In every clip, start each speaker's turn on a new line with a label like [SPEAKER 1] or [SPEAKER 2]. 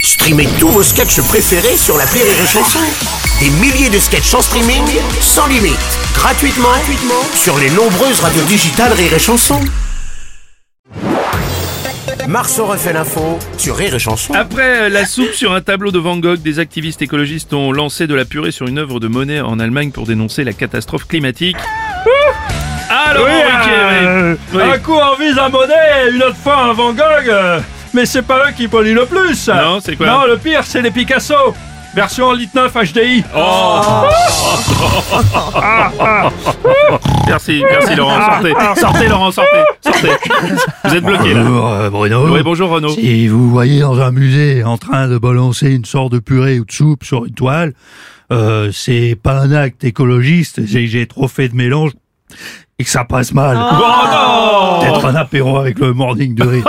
[SPEAKER 1] Streamez tous vos sketchs préférés sur la Rire et Chanson. Des milliers de sketchs en streaming, sans limite, gratuitement, gratuitement sur les nombreuses radios digitales Rire et Chanson. Marceau refait l'info sur Rire et Chanson.
[SPEAKER 2] Après euh, la soupe sur un tableau de Van Gogh, des activistes écologistes ont lancé de la purée sur une œuvre de Monet en Allemagne pour dénoncer la catastrophe climatique. Alors,
[SPEAKER 3] Oui, euh,
[SPEAKER 4] ah,
[SPEAKER 3] un coup en vise à Monet et une autre fois un Van Gogh. euh, mais c'est pas eux qui polluent le plus.
[SPEAKER 2] Non, c'est quoi
[SPEAKER 3] Non, le pire, c'est les Picasso. Version en litre 9 HDI.
[SPEAKER 2] Merci, merci Laurent, sortez, sortez Laurent, sortez, sortez. Vous êtes bloqué là.
[SPEAKER 5] Bonjour euh, Bruno.
[SPEAKER 2] Oui, bonjour Renaud.
[SPEAKER 5] Si vous voyez dans un musée en train de balancer une sorte de purée ou de soupe sur une toile, euh, c'est pas un acte écologiste, j'ai j'ai trop fait de mélange et que ça passe mal.
[SPEAKER 4] Oh,
[SPEAKER 2] Oh.
[SPEAKER 5] Peut-être un apéro avec le morning de riz.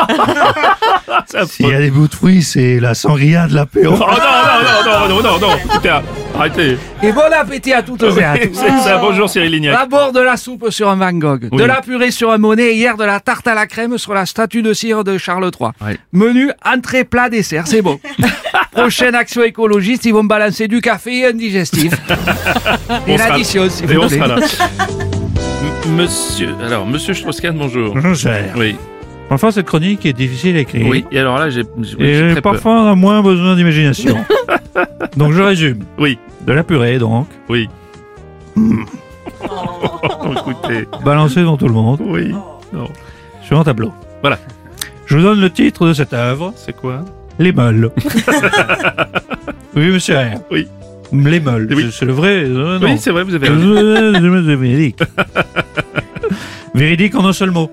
[SPEAKER 5] S'il y a des bouts de fruits, c'est la sangria de l'apéro.
[SPEAKER 2] Oh non, non, non, non, non, non, écoutez, arrêtez.
[SPEAKER 4] Et bon appétit à toutes et à tous.
[SPEAKER 2] C'est ça, bonjour Cyril Lignac.
[SPEAKER 4] D'abord de la soupe sur un Van Gogh,
[SPEAKER 2] Oui.
[SPEAKER 4] de la purée sur un Monet, hier de la tarte à la crème sur la statue de cire de Charles III.
[SPEAKER 2] Ouais.
[SPEAKER 4] Menu, entrée, plat, dessert, c'est bon. Prochaine action écologiste, ils vont me balancer du café et un digestif. et
[SPEAKER 2] sera-
[SPEAKER 4] l'addition, s'il
[SPEAKER 2] Et
[SPEAKER 4] vous
[SPEAKER 2] on
[SPEAKER 4] plaît.
[SPEAKER 2] sera là. M- Monsieur, alors, monsieur Strauss-Kahn, bonjour.
[SPEAKER 5] Mm-hmm. Bonjour,
[SPEAKER 2] Oui,
[SPEAKER 5] Enfin, cette chronique est difficile à écrire.
[SPEAKER 2] oui, et alors là, j'ai j'ai- j'ai
[SPEAKER 5] Et
[SPEAKER 2] très peur.
[SPEAKER 5] parfois, on a moins besoin d'imagination. donc, je résume.
[SPEAKER 2] Oui,
[SPEAKER 5] De la purée, donc,
[SPEAKER 2] oui. Oh, Écoutez,
[SPEAKER 5] balancée dans tout le monde,
[SPEAKER 2] oui, non,
[SPEAKER 5] sur un tableau.
[SPEAKER 2] Voilà.
[SPEAKER 5] Je vous donne le titre de cette œuvre.
[SPEAKER 2] c'est quoi
[SPEAKER 5] Les meules. oui, monsieur R.
[SPEAKER 2] Oui.
[SPEAKER 5] Les meules.
[SPEAKER 2] Oui.
[SPEAKER 5] C'est- C'est le vrai. euh, non.
[SPEAKER 2] Oui, c'est vrai, vous avez raison.
[SPEAKER 5] Euh, Véridique. Véridique en un seul mot.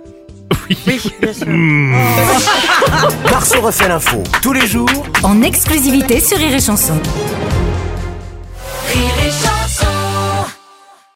[SPEAKER 1] Marceau refait l'info tous les jours
[SPEAKER 6] en exclusivité sur Rire et Chanson.